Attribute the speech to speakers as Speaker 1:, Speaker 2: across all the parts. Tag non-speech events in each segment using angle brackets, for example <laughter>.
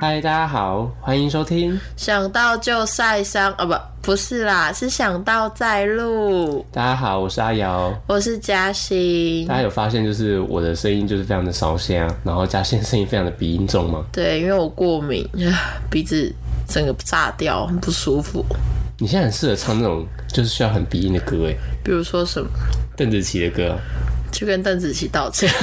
Speaker 1: 嗨，大家好，欢迎收听。
Speaker 2: 想到就晒伤啊，不，不是啦，是想到再录。
Speaker 1: 大家好，我是阿瑶。
Speaker 2: 我是嘉欣
Speaker 1: 大，家有发现，就是我的声音就是非常的烧香，然后嘉欣声音非常的鼻音重吗？
Speaker 2: 对，因为我过敏， <sighs> 鼻子整个炸掉，很不舒服。
Speaker 1: 你现在很适合唱那种就是需要很鼻音的歌，哎，
Speaker 2: 比如说什么，
Speaker 1: 邓紫棋的歌啊。
Speaker 2: 去跟邓紫棋道歉。 <laughs>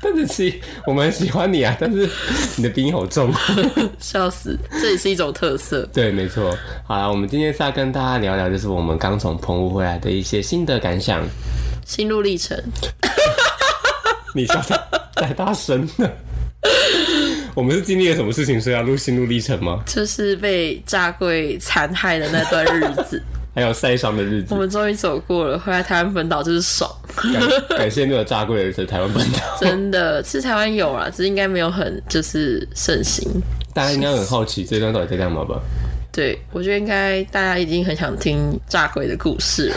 Speaker 1: 邓紫棋，我们很喜欢你啊，但是你的鼻音好重。 <laughs>
Speaker 2: 笑死，这也是一种特色。
Speaker 1: 对，没错。好了，我们今天是要跟大家聊聊，就是我们刚从澎湖回来的一些新的感想。
Speaker 2: 心路历程，
Speaker 1: 你笑得太大声了。我们是经历了什么事情，所以要录心路历程吗？
Speaker 2: 就是被炸柜残害的那段日子，
Speaker 1: 还有晒伤的日子
Speaker 2: 我。们终于走过了。回来台湾本岛就是爽，
Speaker 1: 感 <laughs> 感谢没有炸柜的台湾本岛， <laughs>
Speaker 2: 真的。其实台湾有啊啦，只是应该没有很就是盛行。
Speaker 1: 大家应该很好奇这段到底在干嘛吧？
Speaker 2: 对，我觉得应该大家已经很想听炸鬼的故事
Speaker 1: <laughs>
Speaker 2: 了。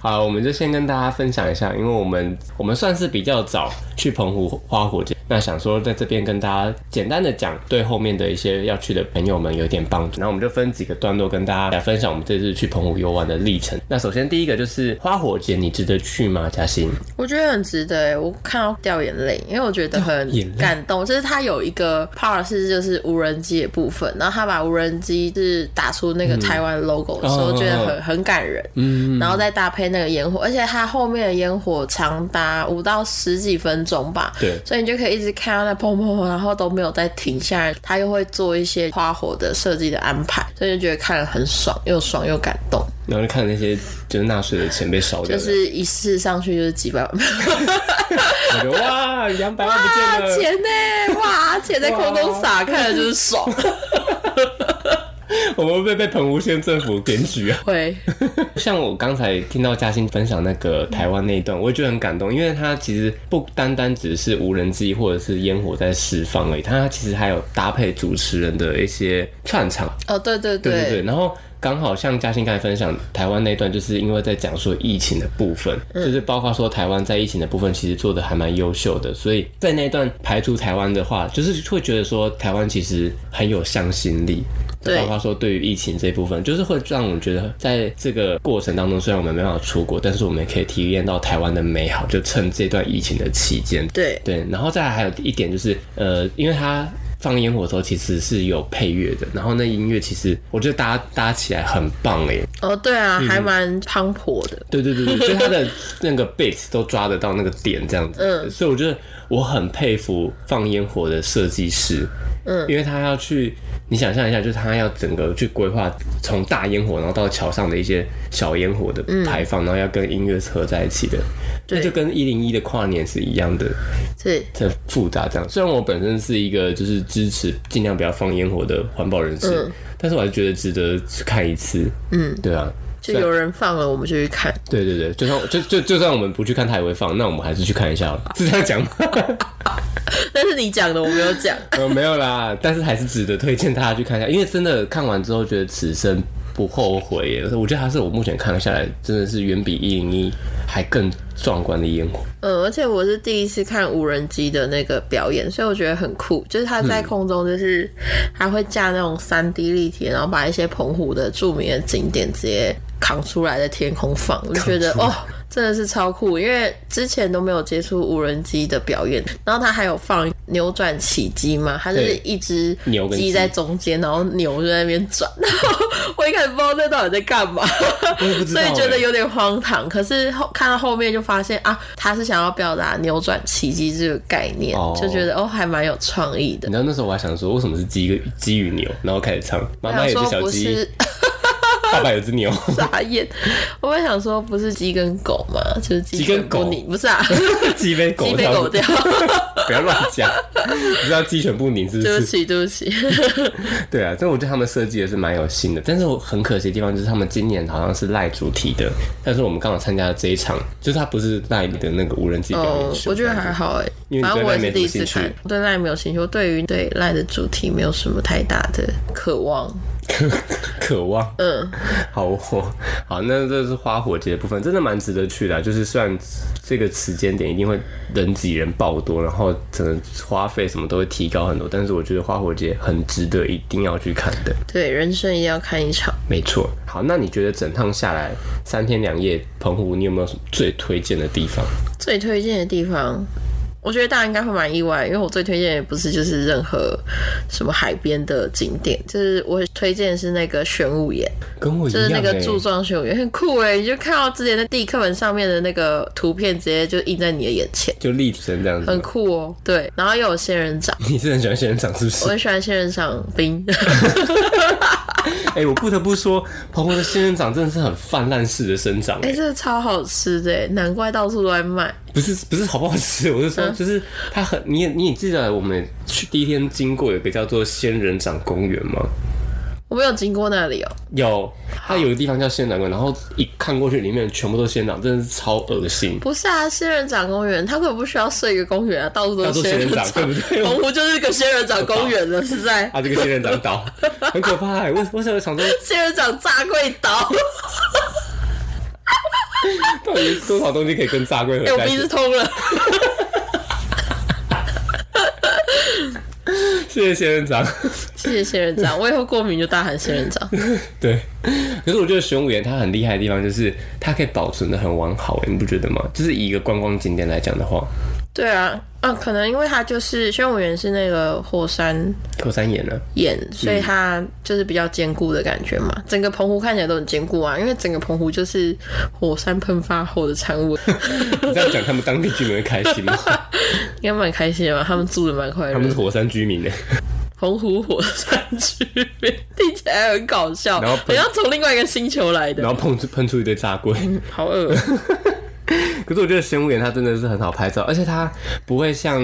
Speaker 1: 好，我们就先跟大家分享一下，因为我们我们算是比较早去澎湖花火节，那想说在这边跟大家简单的讲，对后面的一些要去的朋友们有点帮助。然后我们就分几个段落跟大家来分享我们这次去澎湖游玩的历程。那首先第一个就是花火节，你值得去吗？嘉欣，
Speaker 2: 我觉得很值得欸，我看到掉眼泪，因为我觉得
Speaker 1: 眼
Speaker 2: 很
Speaker 1: 泪
Speaker 2: 感动。就是它有一个 part 是就是无人机的部分，然后他把无人机是打出那个台湾 logo 的时候，
Speaker 1: 嗯哦
Speaker 2: 觉得很很感人。嗯，然后再搭配那个烟火，而且它后面的烟火长达五到十几分钟吧。
Speaker 1: 对
Speaker 2: 所以你就可以一直看到那砰砰砰，然后都没有再停下来。他又会做一些花火的设计的安排，所以就觉得看了很爽，又爽又感动。
Speaker 1: 然后就看那些就是纳税的钱被烧掉
Speaker 2: 就
Speaker 1: 了，
Speaker 2: 是一试上去就是几百
Speaker 1: <laughs>
Speaker 2: 万，
Speaker 1: 我觉得哇，两百万不见了。
Speaker 2: 钱呢、哇，钱在空中撒，看了就
Speaker 1: <laughs>
Speaker 2: 是爽。
Speaker 1: 我们会不会被澎湖县政府检举啊？
Speaker 2: 会，
Speaker 1: 像我刚才听到嘉欣分享那个台湾那一段，我也觉得很感动，因为它其实不单单只是无人机或者是烟火在释放而已，它其实还有搭配主持人的一些串场，
Speaker 2: 哦，对对
Speaker 1: 对
Speaker 2: 对，
Speaker 1: 对对。然后刚好像嘉欣刚才分享台湾那一段，就是因为在讲说疫情的部分，就是包括说台湾在疫情的部分其实做的还蛮优秀的，所以在那一段排除台湾的话，就是会觉得说台湾其实很有向心力。
Speaker 2: 对
Speaker 1: 包括说对于疫情这部分，就是会让我们觉得，在这个过程当中，虽然我们没办法出国，但是我们也可以体验到台湾的美好，就趁这段疫情的期间，
Speaker 2: 对
Speaker 1: 对，然后再来还有一点就是，呃，因为它放烟火的时候其实是有配乐的，然后那音乐其实我觉得搭搭起来很棒哎，
Speaker 2: 哦对啊，还蛮磅礴的。
Speaker 1: 对对对对， <laughs> 就是它的那个 beat 都抓得到那个点这样子，嗯，所以我觉得我很佩服放烟火的设计师，嗯，因为他要去，你想象一下，就是他要整个去规划从大烟火，然后到桥上的一些小烟火的排放，然后要跟音乐合在一起的，
Speaker 2: 对
Speaker 1: 那就跟一零一的跨年是一样的，
Speaker 2: 对，
Speaker 1: 很复杂这样。虽然我本身是一个就是支持尽量不要放烟火的环保人士，但是我还是觉得值得去看一次。嗯，对啊，
Speaker 2: 就有人放了，我们就去看。
Speaker 1: 对对对，就算就就就算我们不去看，他也会放，那我们还是去看一下好了，是这样 <laughs> 讲吗？
Speaker 2: 但是你讲的我没有讲，
Speaker 1: 呃，没有啦，但是还是值得推荐大家去看一下，因为真的看完之后觉得此生不后悔耶。我觉得它是我目前看下来真的是远比一零一还更壮观的烟火。
Speaker 2: 嗯，而且我是第一次看无人机的那个表演，所以我觉得很酷。就是它
Speaker 1: 嗯
Speaker 2: 在空中，就是它会架那种三 D 立体，然后把一些澎湖的著名的景点直接扛出来在天空放，我就觉得哦，真的是超酷。因为之前都没有接触无人机的表演，然后它还有放扭转起机嘛，它就是
Speaker 1: 对
Speaker 2: 一只
Speaker 1: 牛跟鸡
Speaker 2: 鸡在中间，然后牛就在那边转， <laughs> 然后我一开始不知道这到底在干嘛。
Speaker 1: 我也不知道欸耶，
Speaker 2: 所以觉得有点荒唐。可是后看到后面就发现啊，他是想要表达扭转奇迹这个概念，
Speaker 1: 哦
Speaker 2: 就觉得哦还蛮有创意的
Speaker 1: 你。知道那时候我还想说，为什么是鸡跟鸡与牛？然后开始唱，妈妈有
Speaker 2: 想
Speaker 1: 只
Speaker 2: 说
Speaker 1: 小
Speaker 2: 不
Speaker 1: 鸡，
Speaker 2: 是 <laughs>
Speaker 1: 爸爸有只牛。
Speaker 2: 傻眼，我本来想说不是鸡跟狗嘛，就是鸡
Speaker 1: 鸡跟狗
Speaker 2: 不你不是啊，
Speaker 1: <laughs> 鸡被狗
Speaker 2: 鸡被
Speaker 1: 掉，
Speaker 2: 狗掉，
Speaker 1: <laughs> 不要乱讲，你知道鸡犬不宁是不
Speaker 2: 对不
Speaker 1: 是？
Speaker 2: 起对
Speaker 1: <laughs>
Speaker 2: 不起，
Speaker 1: 对啊，但我觉得他们设计的是蛮有心的，但是我很可惜的地方就是他们今年好像是赖主题的，但是我们刚好参加的这一场，就是他不是赖你的那个无人机表
Speaker 2: 哦
Speaker 1: 演，秀，
Speaker 2: 我觉得还好哎、
Speaker 1: 因为你对
Speaker 2: 反正我也是第一
Speaker 1: 赖
Speaker 2: 次
Speaker 1: 没什么兴
Speaker 2: 看
Speaker 1: 趣，
Speaker 2: 我对赖没有兴趣，我对于对赖的主题没有什么太大的渴望，
Speaker 1: 渴渴望。
Speaker 2: 嗯，
Speaker 1: 好哦，好，那这是花火节的部分，真的蛮值得去的啊、就是虽然这个时间点一定会人挤人爆多，然后整个花费什么都会提高很多，但是我觉得花火节很值得，一定要去看的。
Speaker 2: 对，人生一定要看一场。
Speaker 1: 没错。好，那你觉得整趟下来三天两夜，澎湖你有没有什么最推荐的地方？
Speaker 2: 最推荐的地方，我觉得大家应该会蛮意外，因为我最推荐的不是就是任何什么海边的景点，就是我推荐的是那个玄武岩，
Speaker 1: 跟我一
Speaker 2: 就
Speaker 1: 样、欸，
Speaker 2: 是那个柱状玄武岩，很酷哎、你就看到之前在地理课本上面的那个图片，直接就印在你的眼前，
Speaker 1: 就立体成这样子
Speaker 2: 很
Speaker 1: 吗。
Speaker 2: 酷哦、对，然后又有仙人掌，
Speaker 1: <laughs> 你是很喜欢仙人掌是不
Speaker 2: 我
Speaker 1: 是？
Speaker 2: 很喜欢仙人掌冰， <laughs>
Speaker 1: 哎、我不得不说，澎湖的仙人掌真的是很泛滥式的生长、
Speaker 2: 哎、
Speaker 1: 欸
Speaker 2: 这个超好吃的、欸难怪到处都在卖。
Speaker 1: 不是不是好不好吃，我是
Speaker 2: 嗯
Speaker 1: 说，就是它很，你也你也记得我们去第一天经过有个叫做仙人掌公园吗？
Speaker 2: 我没有经过那里哦、
Speaker 1: 有，它有个地方叫仙人掌公园，然后一看过去，里面全部都是仙人掌，真的是超恶心。
Speaker 2: 不是啊，仙人掌公园，它根本不需要设一个公园啊，到处都是仙人
Speaker 1: 到处仙人掌 <laughs> 对不对
Speaker 2: 澎湖就是个仙人掌公园
Speaker 1: <laughs>
Speaker 2: 了，是在
Speaker 1: 啊，这个仙人掌岛很可怕、欸，我我想想说，
Speaker 2: 仙人掌炸桂
Speaker 1: <laughs>
Speaker 2: 岛。
Speaker 1: 到底有多少东西可以跟炸龟合
Speaker 2: 哎、我
Speaker 1: 在一
Speaker 2: 鼻
Speaker 1: 起
Speaker 2: 子？痛了。 <laughs>
Speaker 1: 谢谢仙人掌。
Speaker 2: 谢谢仙人掌，我以后过敏就大喊仙人
Speaker 1: <laughs>
Speaker 2: 掌。
Speaker 1: 对，可是我觉得玄武岩它很厉害的地方就是它可以保存的很完好、欸，你不觉得吗？就是以一个观光景点来讲的话，
Speaker 2: 对啊，啊，可能因为它就是宣武园是那个火山
Speaker 1: 扣三岩啊呢，
Speaker 2: 岩，所以它就是比较坚固的感觉嘛。整个澎湖看起来都很坚固啊，因为整个澎湖就是火山喷发后的
Speaker 1: <laughs>
Speaker 2: 产物，
Speaker 1: 你这样讲他们当地居民会开
Speaker 2: <laughs>
Speaker 1: 心吗？
Speaker 2: 应该蛮开心的吧？他们住的蛮快乐
Speaker 1: 他
Speaker 2: 的
Speaker 1: 们。是火山居民呢、欸
Speaker 2: 澎湖火山居民，听起来很搞笑，
Speaker 1: 然后
Speaker 2: 好像从另外一个星球来的
Speaker 1: 然，后碰出喷出一堆炸龟。
Speaker 2: 好恶。
Speaker 1: 可是我觉得玄武岩它真的是很好拍照，而且它不会像，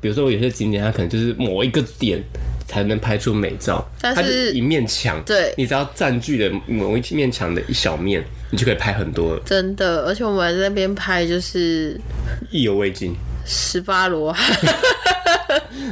Speaker 1: 比如说有些景点它可能就是某一个点才能拍出美照，
Speaker 2: 但
Speaker 1: 它就是一面墙，
Speaker 2: 对
Speaker 1: 你只要占据了某一面墙的一小面，你就可以拍很多了，
Speaker 2: 真的，而且我们在那边拍就是
Speaker 1: 意犹未尽。
Speaker 2: 十八罗汉，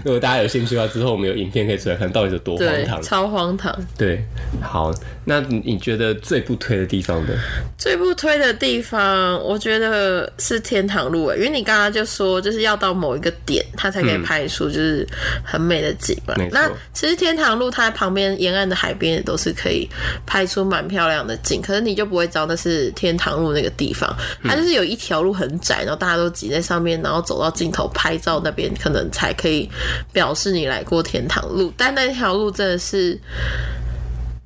Speaker 1: 如果大家有兴趣的话，之后我们有影片可以出来看到底有多荒
Speaker 2: 对，
Speaker 1: 唐。
Speaker 2: 超荒唐。
Speaker 1: 对，好，那你你觉得最不推的地方
Speaker 2: <laughs>
Speaker 1: 呢？
Speaker 2: 最不推的地方，我觉得是天堂路、欸，因为你刚刚就说就是要到某一个点，它才可以拍出就是很美的景嘛。
Speaker 1: 嗯没错
Speaker 2: 那其实天堂路它旁边沿岸的海边也都是可以拍出蛮漂亮的景，可是你就不会知道那是天堂路那个地方，
Speaker 1: 嗯
Speaker 2: 它就是有一条路很窄，然后大家都挤在上面，然后走到尽头拍照那边，可能才可以表示你来过天堂路。但那条路真的是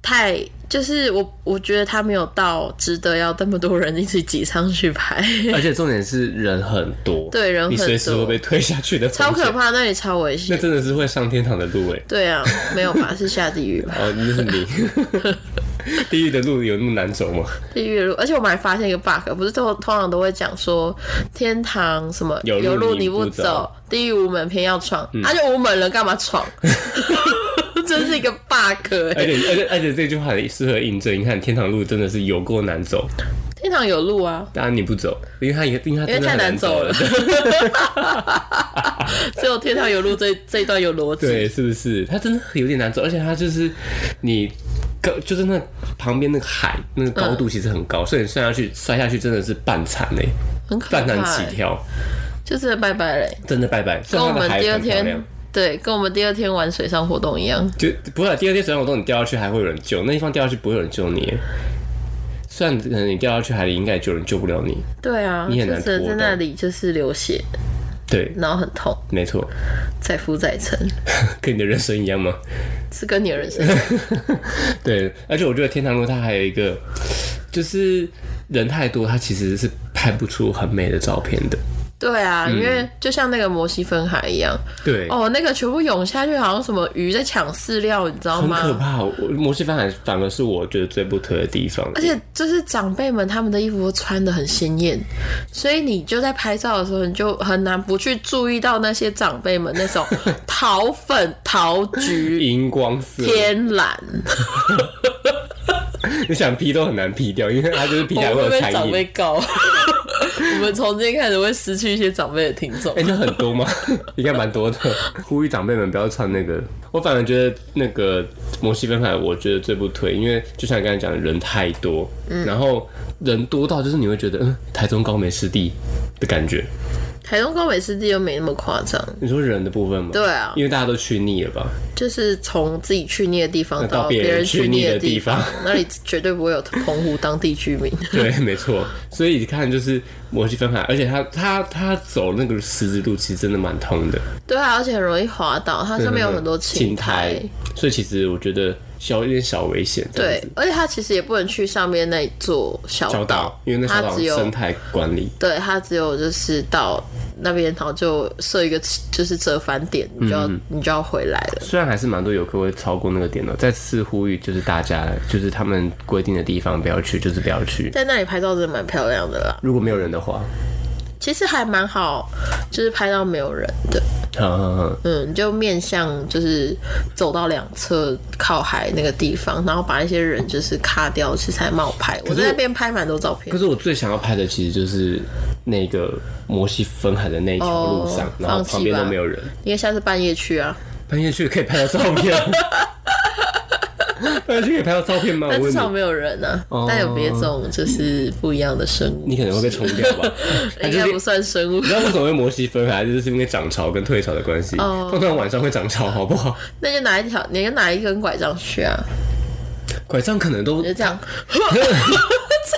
Speaker 2: 太，就是我我觉得它没有到值得要这么多人一起挤上
Speaker 1: <laughs>
Speaker 2: 去拍，
Speaker 1: 而且重点是人很多，
Speaker 2: 对人
Speaker 1: 你
Speaker 2: 很
Speaker 1: 随时会
Speaker 2: 多
Speaker 1: 被推下去的，
Speaker 2: 超可，怕，那里超危
Speaker 1: 那
Speaker 2: 险。
Speaker 1: 真的是会上天堂的路哎、
Speaker 2: 对啊，没有吧？是下地狱吧？
Speaker 1: 哦，那是
Speaker 2: <laughs>
Speaker 1: 你。地狱的路有那么难走吗？
Speaker 2: 地狱路，而且我们还发现一个 bug，不是通通常都会讲说天堂什么
Speaker 1: 有路
Speaker 2: 路
Speaker 1: 你
Speaker 2: 你
Speaker 1: 不
Speaker 2: 不
Speaker 1: 走嗯
Speaker 2: 走，地狱无门偏要闯，啊就无门了干嘛
Speaker 1: <laughs>
Speaker 2: 闯？真是一个 bug 哎、
Speaker 1: 而且而且而且这句话很适合印证。你看天堂路真的是有够难走，
Speaker 2: 天堂有路啊，
Speaker 1: 当然你不走，因为它也因为它
Speaker 2: 因为
Speaker 1: 真的
Speaker 2: 太
Speaker 1: 很
Speaker 2: 难走
Speaker 1: 走
Speaker 2: 了
Speaker 1: 了。。 <laughs>
Speaker 2: 只有天堂有路这这一段有逻辑，
Speaker 1: 对，是不是？它真的有点难走，而且它就是你高，就是那旁边那个海那个高度其实很
Speaker 2: 嗯
Speaker 1: 高，所以你摔下去摔下去真的是半残嘞、
Speaker 2: 很可
Speaker 1: 半
Speaker 2: 怕、
Speaker 1: 残起
Speaker 2: 欸。
Speaker 1: 跳，
Speaker 2: 就是拜拜嘞，
Speaker 1: 真的拜拜。虽
Speaker 2: 跟
Speaker 1: 然
Speaker 2: 我
Speaker 1: 它的
Speaker 2: 们
Speaker 1: 海
Speaker 2: 第二
Speaker 1: 很漂
Speaker 2: 天
Speaker 1: 亮。
Speaker 2: 对，跟我们第二天玩水上活动一样。
Speaker 1: 就不会第二天水上活动，你掉下去还会有人救，那地方掉下去不会有人救你。虽然可能你掉下去海里，应该也救人救不了你。
Speaker 2: 对啊，
Speaker 1: 你
Speaker 2: 就
Speaker 1: 很难
Speaker 2: 是
Speaker 1: 活
Speaker 2: 在
Speaker 1: 动
Speaker 2: 那里就是流血，
Speaker 1: 对，
Speaker 2: 然后很痛，
Speaker 1: 没错， <laughs>
Speaker 2: 载浮载沉，
Speaker 1: 跟你的人生一样吗？
Speaker 2: 是跟你的人生
Speaker 1: <laughs> 对，而且我觉得天堂路它还有一个，就是人太多，它其实是拍不出很美的照片的。
Speaker 2: 对啊，因为就像那个摩西分海一样，
Speaker 1: 嗯对，
Speaker 2: 哦，那个全部涌下去，好像什么鱼在抢饲料，你知道
Speaker 1: 很可
Speaker 2: 吗？
Speaker 1: 怕。我摩西翻海反而是我觉得最不推的地方。
Speaker 2: 而且就是长辈们他们的衣服都穿的很鲜艳，所以你就在拍照的时候，你就很难不去注意到那些长辈们那种 <laughs> 桃粉、桃
Speaker 1: <laughs>
Speaker 2: 橘、
Speaker 1: 荧光色，
Speaker 2: 天蓝，
Speaker 1: 你想 P 都很难 P 掉，因为它就是 P 起来
Speaker 2: 我
Speaker 1: 会
Speaker 2: 会
Speaker 1: 有
Speaker 2: 被
Speaker 1: 残
Speaker 2: 长
Speaker 1: 影
Speaker 2: 辈。告。 <laughs> 我们从今天开始会失去一些长辈的听众
Speaker 1: 哎、。那很多吗？ <laughs> 应该蛮多的。呼吁长辈们不要穿那个。我反而觉得那个摩西分海，我觉得最不推，因为就像你刚才讲的，人太多，然后人多到就是你会觉得，嗯，台中高美湿地的感觉。
Speaker 2: 台中高美湿地又没那么夸张，
Speaker 1: 你说人的部分吗？
Speaker 2: 对啊
Speaker 1: 因为大家都去腻了吧？
Speaker 2: 就是从自己去腻的地方
Speaker 1: 那到
Speaker 2: 别
Speaker 1: 别人
Speaker 2: 去
Speaker 1: 去
Speaker 2: 腻
Speaker 1: 腻的
Speaker 2: 地
Speaker 1: 地方，
Speaker 2: <laughs> 那里绝对不会有澎湖当地居民。
Speaker 1: 对， <laughs> 没错。所以你看，就是摩西分海，而且他他他走那个十字路，其实真的蛮痛的。
Speaker 2: 对啊，而且很容易滑倒，它上面有很多青
Speaker 1: 青
Speaker 2: <laughs>
Speaker 1: 苔，所以其实我觉得小有点小危险。这样
Speaker 2: 对
Speaker 1: 子，
Speaker 2: 而且它其实也不能去上面那一座小
Speaker 1: 小岛，因为那小
Speaker 2: 它
Speaker 1: 岛
Speaker 2: 只有
Speaker 1: 生态管理。
Speaker 2: 对，它只有就是到那边，然后就设一个就是折返点，你就要、你就要回来了。
Speaker 1: 虽然还是蛮多游客会超过那个点的，再次呼吁就是大家，就是他们规定的地方不要去，就是不要去。
Speaker 2: 在那里拍照真的蛮漂亮的啦，
Speaker 1: 如果没有人的话，
Speaker 2: 其实还蛮好，就是拍到没有人的，
Speaker 1: 嗯嗯嗯，
Speaker 2: 嗯，你就面向就是走到两侧靠海那个地方，然后把一些人就是卡掉，其实还蛮好拍。我
Speaker 1: 是
Speaker 2: 在那边拍蛮多照片
Speaker 1: 可。是我最想要拍的其实就是那个摩西分海的那一条路上，
Speaker 2: 哦
Speaker 1: 然后
Speaker 2: 放弃
Speaker 1: 旁边
Speaker 2: 吧
Speaker 1: 都没有人，
Speaker 2: 因为下次半夜去啊，
Speaker 1: 半夜去可以拍到照片。 <laughs> 半夜去可以拍到照片吗？我
Speaker 2: 但至
Speaker 1: 问
Speaker 2: 少
Speaker 1: 你，
Speaker 2: 没有人啊，
Speaker 1: 哦
Speaker 2: 但有别种就是不一样的生物，
Speaker 1: 你可能会被冲掉
Speaker 2: <laughs>
Speaker 1: 吧？它
Speaker 2: 应
Speaker 1: 就哦
Speaker 2: 该
Speaker 1: 哎是
Speaker 2: 不算生物
Speaker 1: 你，
Speaker 2: <laughs>
Speaker 1: 知道为什么会摩西分海，就是因为涨潮跟退潮的关系。
Speaker 2: 哦
Speaker 1: 通常晚上会涨潮，好不好？
Speaker 2: 那就拿一条，你就拿一根拐杖去啊，
Speaker 1: 拐杖可能都
Speaker 2: 你就这样 <laughs>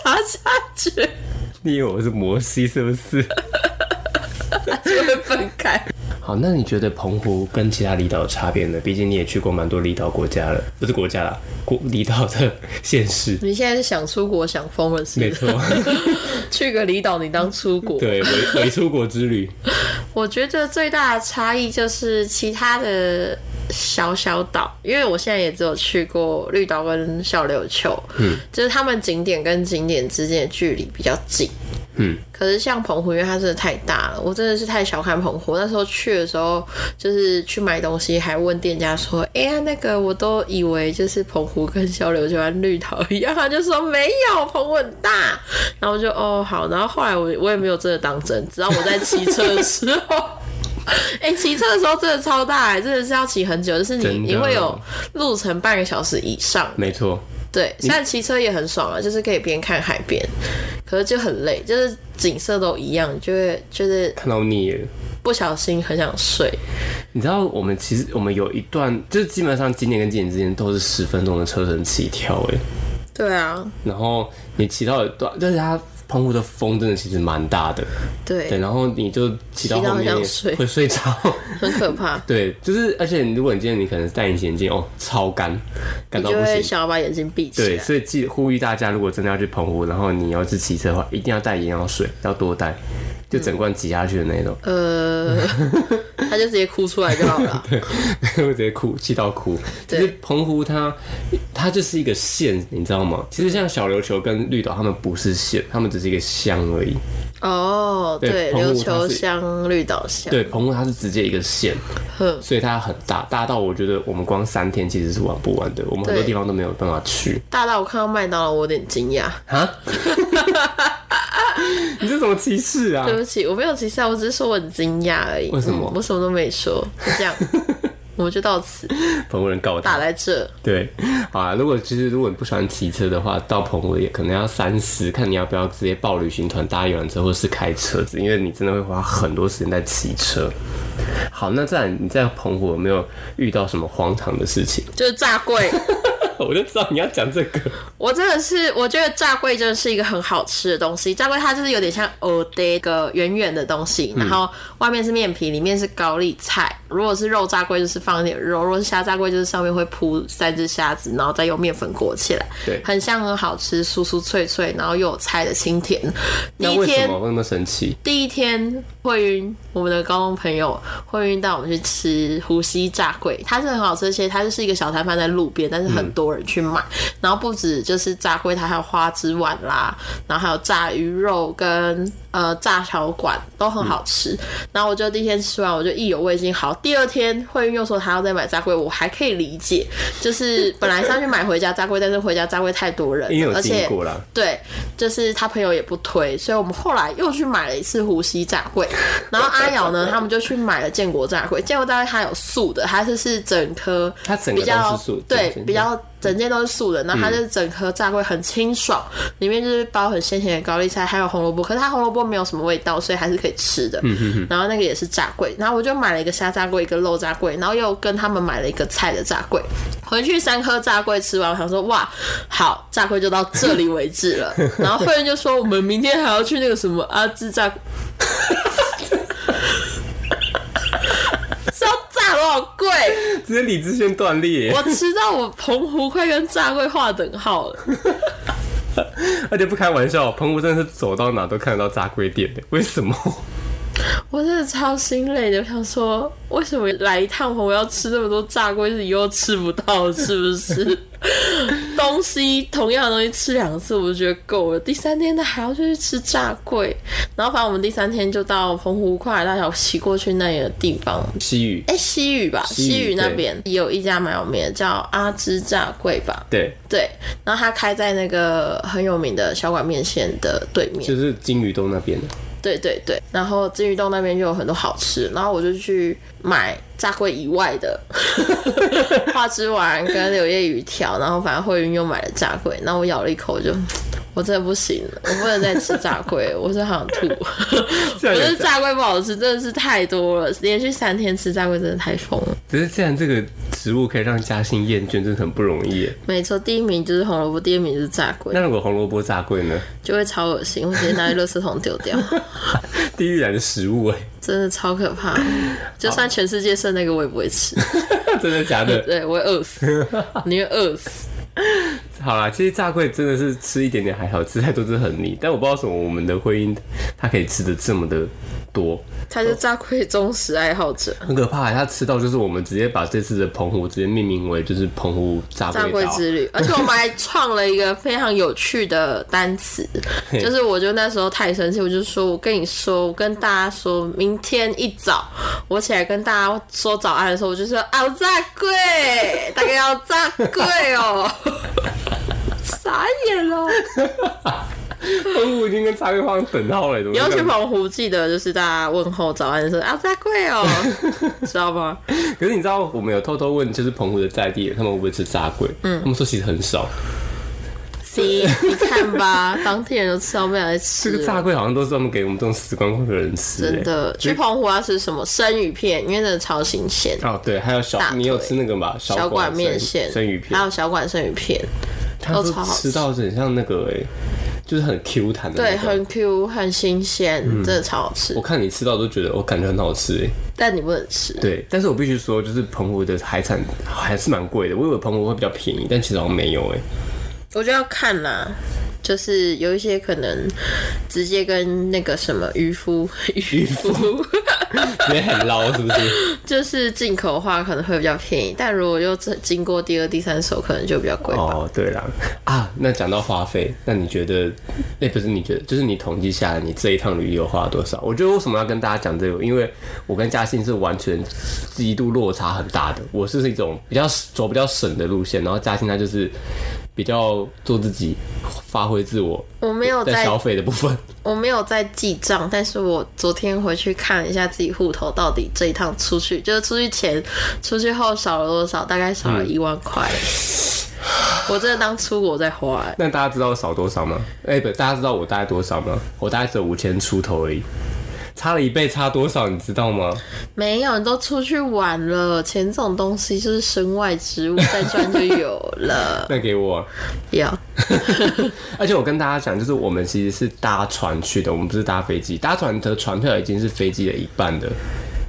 Speaker 2: 插下去 <laughs>
Speaker 1: 你以为我是摩西是不是？
Speaker 2: 就会分开。
Speaker 1: <laughs> 好，那你觉得澎湖跟其他离岛的差别呢？毕竟你也去过蛮多离岛国家了，不是国家啦，国离岛的县市。
Speaker 2: 你现在是想出国想疯了
Speaker 1: <laughs>
Speaker 2: 是
Speaker 1: 没
Speaker 2: 不是？
Speaker 1: 错，
Speaker 2: <laughs> 去个离岛你当出
Speaker 1: <laughs>
Speaker 2: 国，
Speaker 1: 对，伪伪出国之旅，
Speaker 2: 我觉得最大的差异就是其他的小小岛，因为我现在也只有去过绿岛跟小琉球，嗯，就是他们景点跟景点之间的距离比较近。
Speaker 1: 嗯，
Speaker 2: 可是像澎湖，因为它真的太大了，我真的是太小看澎湖。那时候去的时候，就是去买东西，还问店家说：“哎、呀，那个我都以为就是澎湖跟小琉球跟绿岛一样。”他就说没有，澎湖很大。然后我就哦好，然后后来我我也没有真的当真，直到我在骑车的时
Speaker 1: <laughs>
Speaker 2: 候。哎、骑车的时候真的超大、欸，真的是要骑很久，就是你
Speaker 1: 真的
Speaker 2: 你会有路程半个小时以上。
Speaker 1: 没错。
Speaker 2: 对，虽然骑车也很爽啊，就是可以边看海边，可是就很累，就是景色都一样，就会就是
Speaker 1: 看到腻了。
Speaker 2: 不小心很想睡。
Speaker 1: 你知道我们其实我们有一段，就是基本上景点跟景点之间都是十分钟的车程起跳，哎，
Speaker 2: 对啊，
Speaker 1: 然后你骑到一段，但是它澎湖的风真的其实蛮大的，对，
Speaker 2: 对，
Speaker 1: 然后你就骑到后
Speaker 2: 骑到
Speaker 1: 面
Speaker 2: 很想
Speaker 1: 也
Speaker 2: 睡
Speaker 1: 会睡着。
Speaker 2: 很可
Speaker 1: <laughs>
Speaker 2: 怕，
Speaker 1: 对，就是，而且如果你今天你可能是戴隐形眼镜，哦，超干，干
Speaker 2: 你
Speaker 1: 到
Speaker 2: 就
Speaker 1: 不
Speaker 2: 会
Speaker 1: 行。
Speaker 2: 想要把眼睛闭起
Speaker 1: 对，
Speaker 2: 来。
Speaker 1: 所以记呼吁大家，如果真的要去澎湖，然后你要是骑车的话，一定要带眼药水，要多带，就整罐挤下去的那种，
Speaker 2: 呃，他就直接哭出来就好
Speaker 1: <laughs>
Speaker 2: 了啊。
Speaker 1: 会直接哭，气到哭。其
Speaker 2: 对
Speaker 1: 实澎湖它它就是一个县，你知道吗？其实像小琉球跟绿岛，他们不是县，他们只是一个乡而已。
Speaker 2: 哦，对，
Speaker 1: 对澎湖
Speaker 2: 琉
Speaker 1: 它
Speaker 2: 球
Speaker 1: 是
Speaker 2: 乡、绿岛乡，
Speaker 1: 对，澎湖它是直接一个县，
Speaker 2: 哼，
Speaker 1: 所以它很大，大到我觉得我们光三天其实是玩不完的，我们很多
Speaker 2: 对
Speaker 1: 地方都没有办法去。
Speaker 2: 大到我看到麦当劳，我有点惊讶。
Speaker 1: 啊？你这什么歧视啊
Speaker 2: 对？不起，我没有歧视啊，我只是说我很惊讶而已。
Speaker 1: 为什么
Speaker 2: 嗯我什么都没说，就
Speaker 1: <laughs>
Speaker 2: 这样，我们就到此
Speaker 1: 澎湖人告
Speaker 2: 打
Speaker 1: 他。
Speaker 2: 在这。
Speaker 1: 对，好啊，如果其实如果你不喜欢骑车的话，到澎湖也可能要三思，看你要不要直接报旅行团搭游览车或是开车子，因为你真的会花很多时间在骑车。好，那再来你在澎湖有没有遇到什么荒唐的事情？ <laughs>
Speaker 2: 就是炸柜，
Speaker 1: 我就知道你要讲这个，
Speaker 2: 我真的是，我觉得炸柜真的是一个很好吃的东西。炸柜它就是有点像藕的一个圆圆的东西，
Speaker 1: 嗯
Speaker 2: 然后外面是面皮，里面是高丽菜。如果是肉炸柜，就是放一点肉；如果是虾炸柜，就是上面会铺三只虾子，然后再用面粉裹起来。
Speaker 1: 对
Speaker 2: 很香，很好吃，酥酥脆脆，然后又有菜的清甜。第
Speaker 1: 那
Speaker 2: 一
Speaker 1: 为什
Speaker 2: 天
Speaker 1: 么会那么神奇？
Speaker 2: 第一天慧晕，我们的高中朋友慧晕带我们去吃湖西炸柜，它是很好吃，而且它就是一个小摊贩在路边，但是很多人去买。然后不止就是炸柜，它还有花枝丸啦，然后还有炸鱼肉跟呃炸小馆都很好吃。然后我就第一天吃完，我就意犹未尽。好，第二天慧运又说她要再买炸龟，我还可以理解，就是本来上去买回家炸龟，但是回家炸龟太多人
Speaker 1: <laughs>
Speaker 2: 了，
Speaker 1: 因为有
Speaker 2: 而且
Speaker 1: 经过啦，
Speaker 2: 对，就是他朋友也不推，所以我们后来又去买了一次湖西炸
Speaker 1: <laughs>
Speaker 2: 柜，然后阿瑶呢，他们就去买了建国炸柜。建国炸柜它有素的，它就是整颗，
Speaker 1: 它整个
Speaker 2: 比较
Speaker 1: 都是素
Speaker 2: 对
Speaker 1: 整，件
Speaker 2: 比较整件都是素的，那它就是整颗炸柜很清爽，里面就是包很鲜甜的高丽菜，还有红萝卜，可是它红萝卜没有什么味道，所以还是可以吃的。然后那个也是炸柜，然后我就买了一个虾炸柜，一个肉炸柜，然后又跟他们买了一个菜的炸柜。回去三颗炸柜吃完，我想说哇，好，炸柜就到这里为止了。然后慧仁就说我们明天还要去那个什么阿志炸，是要炸多少贵？
Speaker 1: 直接理智线断裂，
Speaker 2: 我吃到我澎湖快跟炸柜划等号了， <laughs>
Speaker 1: 而且不开玩笑，澎湖真的是走到哪都看得到炸龟店的，为什么？ <laughs>
Speaker 2: 我真的超心累的。我想说，为什么来一趟澎湖要吃那么多炸龟，是以后吃不到了是不是？ <laughs> 东西同样的东西吃两次，我就觉得够了。第三天他还要去吃炸龟，然后反正我们第三天就到澎湖跨海大桥骑过去那里的地方，
Speaker 1: 西语，
Speaker 2: 哎、西屿吧，
Speaker 1: 西屿
Speaker 2: 西屿那边有一家蛮有名的，叫阿芝炸柜吧。
Speaker 1: 对，
Speaker 2: 对，然后它开在那个很有名的小馆面线的对面，
Speaker 1: 就是金鱼洞那边的，
Speaker 2: 对对对，然后金鱼洞那边就有很多好吃，然后我就去买炸龟以外
Speaker 1: <laughs>
Speaker 2: 的花枝丸跟柳叶鱼条，然后反正慧云又买了炸龟，然后我咬了一口我就。我真的不行了，我不能再吃炸龟，我真的好想吐。 <laughs> 我
Speaker 1: 这样
Speaker 2: 觉
Speaker 1: 也
Speaker 2: 得炸龟不好吃，真的是太多了，连续三天吃炸龟真的太疯了。
Speaker 1: 只是既然这个食物可以让嘉兴厌倦，真的很不容易耶。
Speaker 2: 没错，第一名就是红萝卜，第二名就是炸龟
Speaker 1: 那，如果红萝卜炸龟呢？ <laughs>
Speaker 2: 就会超恶心，我直接拿去垃圾桶丢掉，
Speaker 1: 地狱来的食物哎， <laughs>
Speaker 2: 真的超可怕。就算全世界剩那个，我也不会吃。
Speaker 1: 真的假
Speaker 2: <laughs>
Speaker 1: 的？
Speaker 2: 对，我会饿死，你会饿死。
Speaker 1: 好啦，其实炸龟真的是吃一点点还好，吃太多真的很腻。但我不知道为什么我们的婚姻它可以吃的这么的多，
Speaker 2: 他是炸龟忠实爱好 <laughs> 者，
Speaker 1: 很可怕欸。它吃到就是我们直接把这次的澎湖直接命名为就是澎湖炸
Speaker 2: 炸
Speaker 1: 龟
Speaker 2: 龟
Speaker 1: 岛。
Speaker 2: 之旅，而且我们还创了一个非常有趣的单 <laughs> 词，就是我就那时候太生气，我就说我跟你说，我跟大家说明天一早我起来跟大家说早安的时候，我就说啊我炸龟，大概要炸龟 <laughs> 哦，傻眼哦 <laughs> 了。
Speaker 1: 澎湖已经跟炸龟画上等号了，怎么
Speaker 2: 你要
Speaker 1: 这
Speaker 2: 去
Speaker 1: 样？
Speaker 2: 澎湖，记得就是大家问候早安的时候啊炸龟 <laughs> 哦，知道吗？
Speaker 1: 可是你知道我们有偷偷问，就是澎湖的在地人，他们会不会吃炸龟？嗯，他们说其实很少。
Speaker 2: C，你看吧，当地人都吃到不想再吃
Speaker 1: 这
Speaker 2: 了。
Speaker 1: 个炸龟好像都是专门给我们这种死光光的人吃、欸，
Speaker 2: 真的，去澎湖要吃什么生鱼片，因为真的超新鲜。
Speaker 1: 哦，对，还有小
Speaker 2: 大，腿
Speaker 1: 你有吃那个吧？
Speaker 2: 小
Speaker 1: 馆
Speaker 2: 馆面
Speaker 1: 生
Speaker 2: 线、
Speaker 1: 生鱼片
Speaker 2: 还，有小馆生鱼片，
Speaker 1: 他
Speaker 2: 都
Speaker 1: 说
Speaker 2: 超好
Speaker 1: 吃到很像那个哎、就是很 Q 弹的
Speaker 2: 对，
Speaker 1: 那种。
Speaker 2: 很 Q，很新鲜，真的超好吃
Speaker 1: 嗯我。看你吃到都觉得，我感觉很好吃哎。
Speaker 2: 但你不能吃，
Speaker 1: 对，但是我必须说，就是澎湖的海产还是蛮贵的。我以为澎湖会比较便宜，但其实好像没有哎。
Speaker 2: 我就要看啦。就是有一些可能直接跟那个什么渔夫，渔夫
Speaker 1: 直接很捞是不是？
Speaker 2: 就是进口的话可能会比较便宜，但如果又这经过第二、第三手，可能就比较贵吧。
Speaker 1: 哦，对啦， <laughs> 啊，那讲到花费，那你觉得，哎、不是你觉得，就是你统计下来，你这一趟旅游花了多少？我觉得为什么要跟大家讲这个，因为我跟嘉欣是完全极度落差很大的。我是一种比较走比较省的路线，然后嘉欣她就是比较做自己，发挥自我，
Speaker 2: 我没有
Speaker 1: 在
Speaker 2: 在
Speaker 1: 消费的部分。
Speaker 2: 我没有在记账，但是我昨天回去看了一下自己户头到底这一趟出去，就是出去前、出去后少了多少，大概少了一万块。我真的当出国在花、欸，
Speaker 1: 那大家知道我少多少吗？ <laughs> 哎、不，大家知道我大概多少吗？我大概只有五千出头而已，差了一倍，差多少你知道吗？
Speaker 2: 没有，你都出去玩了，钱这种东西就是身外之物，再赚就有了。 <laughs>
Speaker 1: 那给我啊、
Speaker 2: 要
Speaker 1: 而且我跟大家讲，就是我们其实是搭船去的，我们不是搭飞机。搭船的船票已经是飞机的一半的，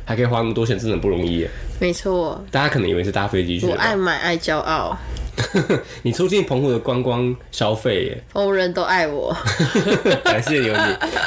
Speaker 1: 还可以花那么多钱，真的很不容易耶。
Speaker 2: 没错，
Speaker 1: 大家可能以为是搭飞机去
Speaker 2: 我
Speaker 1: 的吧
Speaker 2: 爱。买爱骄傲，
Speaker 1: 你促进澎湖的观光消费耶，
Speaker 2: 逢人都爱我， <laughs>
Speaker 1: <laughs> 感谢有你，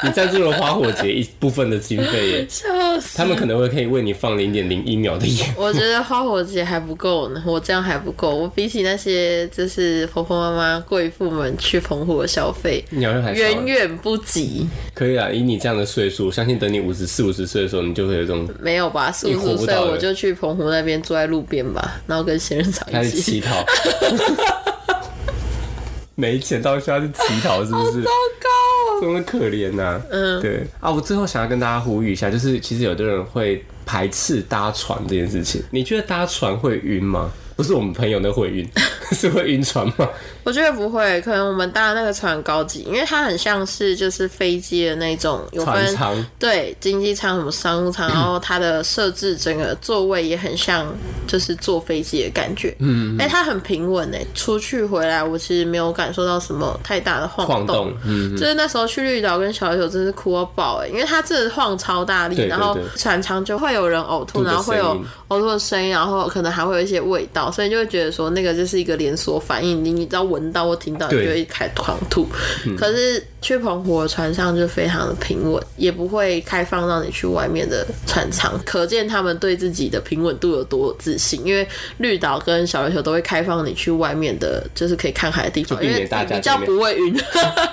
Speaker 1: 你赞助了花火节一部分的经费耶。
Speaker 2: 笑乐死
Speaker 1: 他。们可能会可以为你放零点零一秒的盐。
Speaker 2: 我觉得花火节还不够呢，我这样还不够。我比起那些就是婆婆妈妈、贵妇们去澎湖的消费，
Speaker 1: 你好像还少了
Speaker 2: 远远不及。
Speaker 1: 可以啊，以你这样的岁数，相信等你五十四、五十岁的时候，你就会有这种
Speaker 2: 没有吧？四
Speaker 1: 也
Speaker 2: 五
Speaker 1: 活
Speaker 2: 十
Speaker 1: 不
Speaker 2: 岁
Speaker 1: 到了
Speaker 2: 我就去澎湖那边坐在路边吧，然后跟仙人掌
Speaker 1: 开
Speaker 2: 一
Speaker 1: 始乞
Speaker 2: 起。
Speaker 1: <laughs> 讨，没钱到需要去乞讨，是不是？
Speaker 2: 糟糕！
Speaker 1: 多么可怜呐、嗯，对啊，我最后想要跟大家呼吁一下，就是其实有的人会排斥搭船这件事情。你觉得搭船会晕吗？不是我们朋友那会晕， <laughs> 是会晕船吗？
Speaker 2: 我觉得不会，可能我们搭的那个船很高级，因为它很像是就是飞机的那种有
Speaker 1: 船
Speaker 2: 分
Speaker 1: 舱
Speaker 2: 对经济舱什么商务舱，然后它的设置整个座位也很像就是坐飞机的感觉。嗯，哎、它很平稳哎，出去回来我其实没有感受到什么太大的
Speaker 1: 晃
Speaker 2: 晃
Speaker 1: 动，嗯，
Speaker 2: 就是那时候去绿岛跟小琉球真是哭到爆哎、因为它真的晃超大力，
Speaker 1: 对对
Speaker 2: 然后
Speaker 1: 对
Speaker 2: 船舱就会有人呕吐，
Speaker 1: 吐的
Speaker 2: 然后会有
Speaker 1: 声音
Speaker 2: 呕吐的声音，然后可能还会有一些味道，所以就会觉得说那个就是一个连锁反应，你你只要闻到或听到，你
Speaker 1: 对嗯
Speaker 2: 就会开始狂吐。可是去澎湖的船上就非常的平稳，也不会开放让你去外面的船舱，可见他们对自己的平稳度有多自信。因为绿岛跟小琉球都会开放你去外面的，就是可以看海的地方，
Speaker 1: 就避
Speaker 2: 因
Speaker 1: 免
Speaker 2: 为
Speaker 1: 大家
Speaker 2: 你比
Speaker 1: 在
Speaker 2: 较
Speaker 1: 那边
Speaker 2: 不会晕。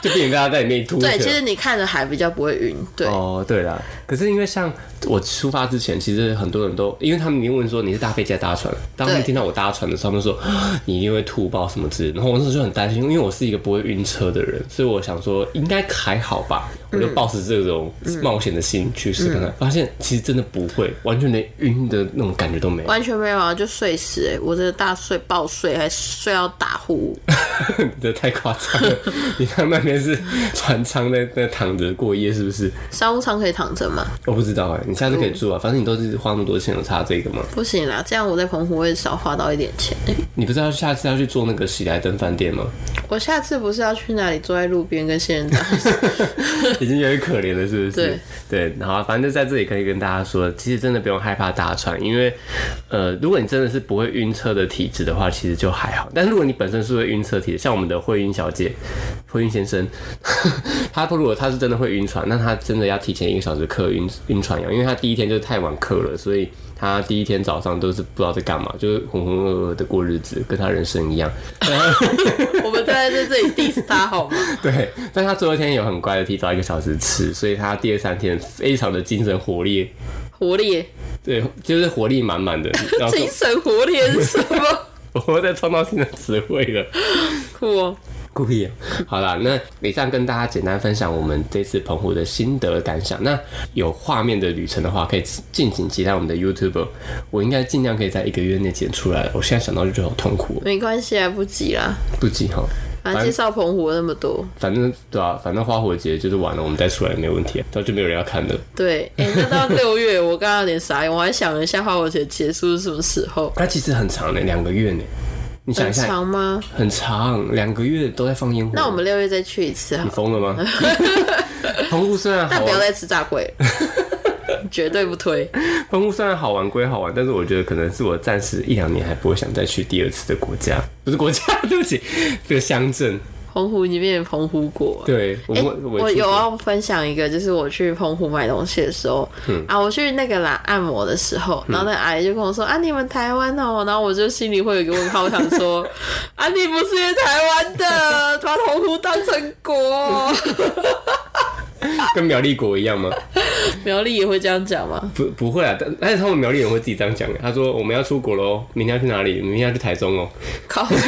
Speaker 1: 就避免大家在里面吐。
Speaker 2: 对，其实你看着海比较不会晕，对，
Speaker 1: 哦，对啦，可是因为像我出发之前，其实很多人都，因为他们一定问说你是搭飞机还是搭船，当他们
Speaker 2: 对
Speaker 1: 听到我搭船的时候，他们说啊你一定会吐爆什么之类的，然后我那时候就很担心，因为我是一个不会晕车的人，所以我想说应该还好吧，
Speaker 2: 嗯
Speaker 1: 我就抱持这种冒险的心去试看看，发现其实真的不会，完全连晕的那种感觉都没有。
Speaker 2: 完全没有啊，就睡死哎、欸！我这个大睡爆睡，还睡到打呼。
Speaker 1: 你 <laughs> 这太夸张
Speaker 2: <laughs>
Speaker 1: 了，你看那边是船舱在在躺着过夜是不是？
Speaker 2: 商务舱可以躺着吗？
Speaker 1: 我不知道哎、你下次可以住啊，反正你都是花那么多钱，有差这个吗？
Speaker 2: 不行啦，这样我在澎湖会少花到一点钱、欸。
Speaker 1: 你不是要下次要去做那个喜来登饭店吗？
Speaker 2: 我下次不是要去那里坐在路边跟仙人
Speaker 1: <laughs>
Speaker 2: 掌？
Speaker 1: 已经有点可怜了，是不
Speaker 2: 对
Speaker 1: 是？对对，好啊，反正就在这里可以跟大家说，其实真的不用害怕搭船，因为呃，如果你真的是不会晕车的体质的话，其实就还好。但如果你本身是会晕车体质，像我们的慧晕小姐、慧晕先生，他如果他是真的会晕船，那他真的要提前一个小时课晕晕船药，因为他第一天就是太晚课了，所以。他第一天早上都是不知道在干嘛，就是浑浑噩噩的过日子，跟他人生一样。
Speaker 2: 我们大家在这里 diss 他好吗？
Speaker 1: <laughs> 对，但他最后一天有很乖的提早一个小时吃，所以他第二三天非常的精神活力，
Speaker 2: 活力，
Speaker 1: 对，就是活力满满的。然后
Speaker 2: 精神活力是什么？
Speaker 1: 我在创造新的词汇了，
Speaker 2: 酷哦！
Speaker 1: 故意、啊。好啦，那以上跟大家简单分享我们这次澎湖的心得感想。那有画面的旅程的话，可以敬请期待我们的 YouTube。我应该尽量可以在一个月内剪出来了。我现在想到就觉得好痛苦，哦
Speaker 2: 没关系，啊来不及啦。
Speaker 1: 不急哈。
Speaker 2: 反正介绍澎湖那么多，
Speaker 1: 反正对啊，反正花火节就是完了，我们再出来没有问题、啊，到就没有人要看的。
Speaker 2: 对，哎、那到六月，我刚刚有点傻眼，我还想了一下花火节结束是什么时候，
Speaker 1: 它其实很长的，两个月呢。你想
Speaker 2: 很
Speaker 1: 一下，
Speaker 2: 长吗？
Speaker 1: 很长，两个月都在放烟火。
Speaker 2: 那我们六月再去一次好
Speaker 1: 你
Speaker 2: 了，
Speaker 1: 疯了
Speaker 2: <laughs>
Speaker 1: 吗？澎湖虽然
Speaker 2: 但
Speaker 1: 好
Speaker 2: 不要
Speaker 1: 玩，
Speaker 2: 再吃炸
Speaker 1: <laughs>
Speaker 2: 龟了，绝对不推。
Speaker 1: 澎湖虽然好玩归好玩，但是我觉得可能是我暂时一两年还不会想再去第二次的国家，不是国家， <laughs> 对不起，这个乡镇。
Speaker 2: 澎湖已经变成澎湖国了。
Speaker 1: 对，我、
Speaker 2: 哎、
Speaker 1: 我
Speaker 2: 我有要分享一个，就是我去澎湖买东西的时候，
Speaker 1: 嗯
Speaker 2: 啊，我去那个啦按摩的时候，然后那阿姨就跟我说、啊，你们台
Speaker 1: <laughs>
Speaker 2: 湾哦，然后我就心里会有一个问号，我想说啊，你不是台湾的，把澎湖当成国， <laughs>
Speaker 1: 跟苗栗国一样吗？
Speaker 2: 苗栗也会这样讲吗？
Speaker 1: 不，不会啊，但但是他们苗栗人会自己这样讲的。他说我们要出国喽，明天要去哪里？明天要去台中哦。
Speaker 2: 靠
Speaker 1: <laughs>
Speaker 2: 边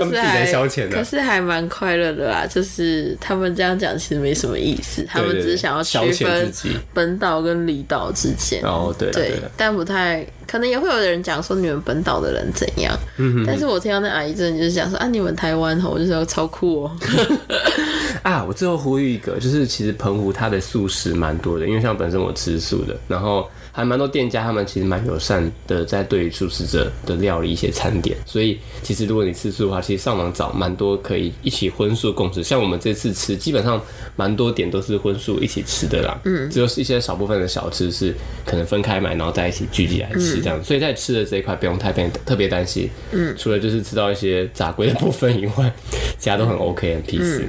Speaker 2: 可
Speaker 1: 们自己
Speaker 2: 是
Speaker 1: 在
Speaker 2: 还
Speaker 1: 消遣啊
Speaker 2: 可是还蛮快乐的啦。就是他们这样讲，其实没什么意思，他们
Speaker 1: 对
Speaker 2: 只是想要
Speaker 1: 消
Speaker 2: 区
Speaker 1: 遣
Speaker 2: 分
Speaker 1: 自己
Speaker 2: 本岛跟离岛之间。
Speaker 1: 哦，对了对
Speaker 2: 对
Speaker 1: 了，，
Speaker 2: 但不太可能也会有人讲说你们本岛的人怎样，
Speaker 1: 嗯
Speaker 2: 但是我听到那阿姨真的就是讲说啊，你们台湾吼，我就说超酷哦，
Speaker 1: 嗯啊，我最后呼吁一个，就是其实澎湖它的素食蛮多的，因为像本身我吃素的，然后还蛮多店家他们其实蛮友善的，在对于素食者的料理一些餐点，所以其实如果你吃素的话，其实上网找蛮多可以一起荤素共食，像我们这次吃基本上蛮多点都是荤素一起吃的啦，嗯，只有一些少部分的小吃是可能分开买，然后在一起聚集来吃这样，所以在吃的这一块不用太别特别担心，嗯，除了就是吃到一些杂龟的部分以外，其他都很 OK 很 peace。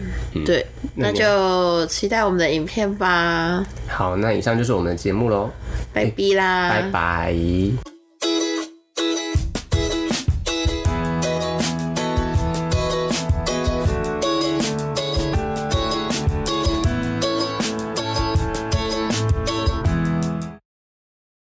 Speaker 2: 对，
Speaker 1: 那
Speaker 2: 那就期待我们的影片吧，
Speaker 1: 好，那以上就是我们的节目喽，
Speaker 2: 拜拜啦，
Speaker 1: 嗯拜拜。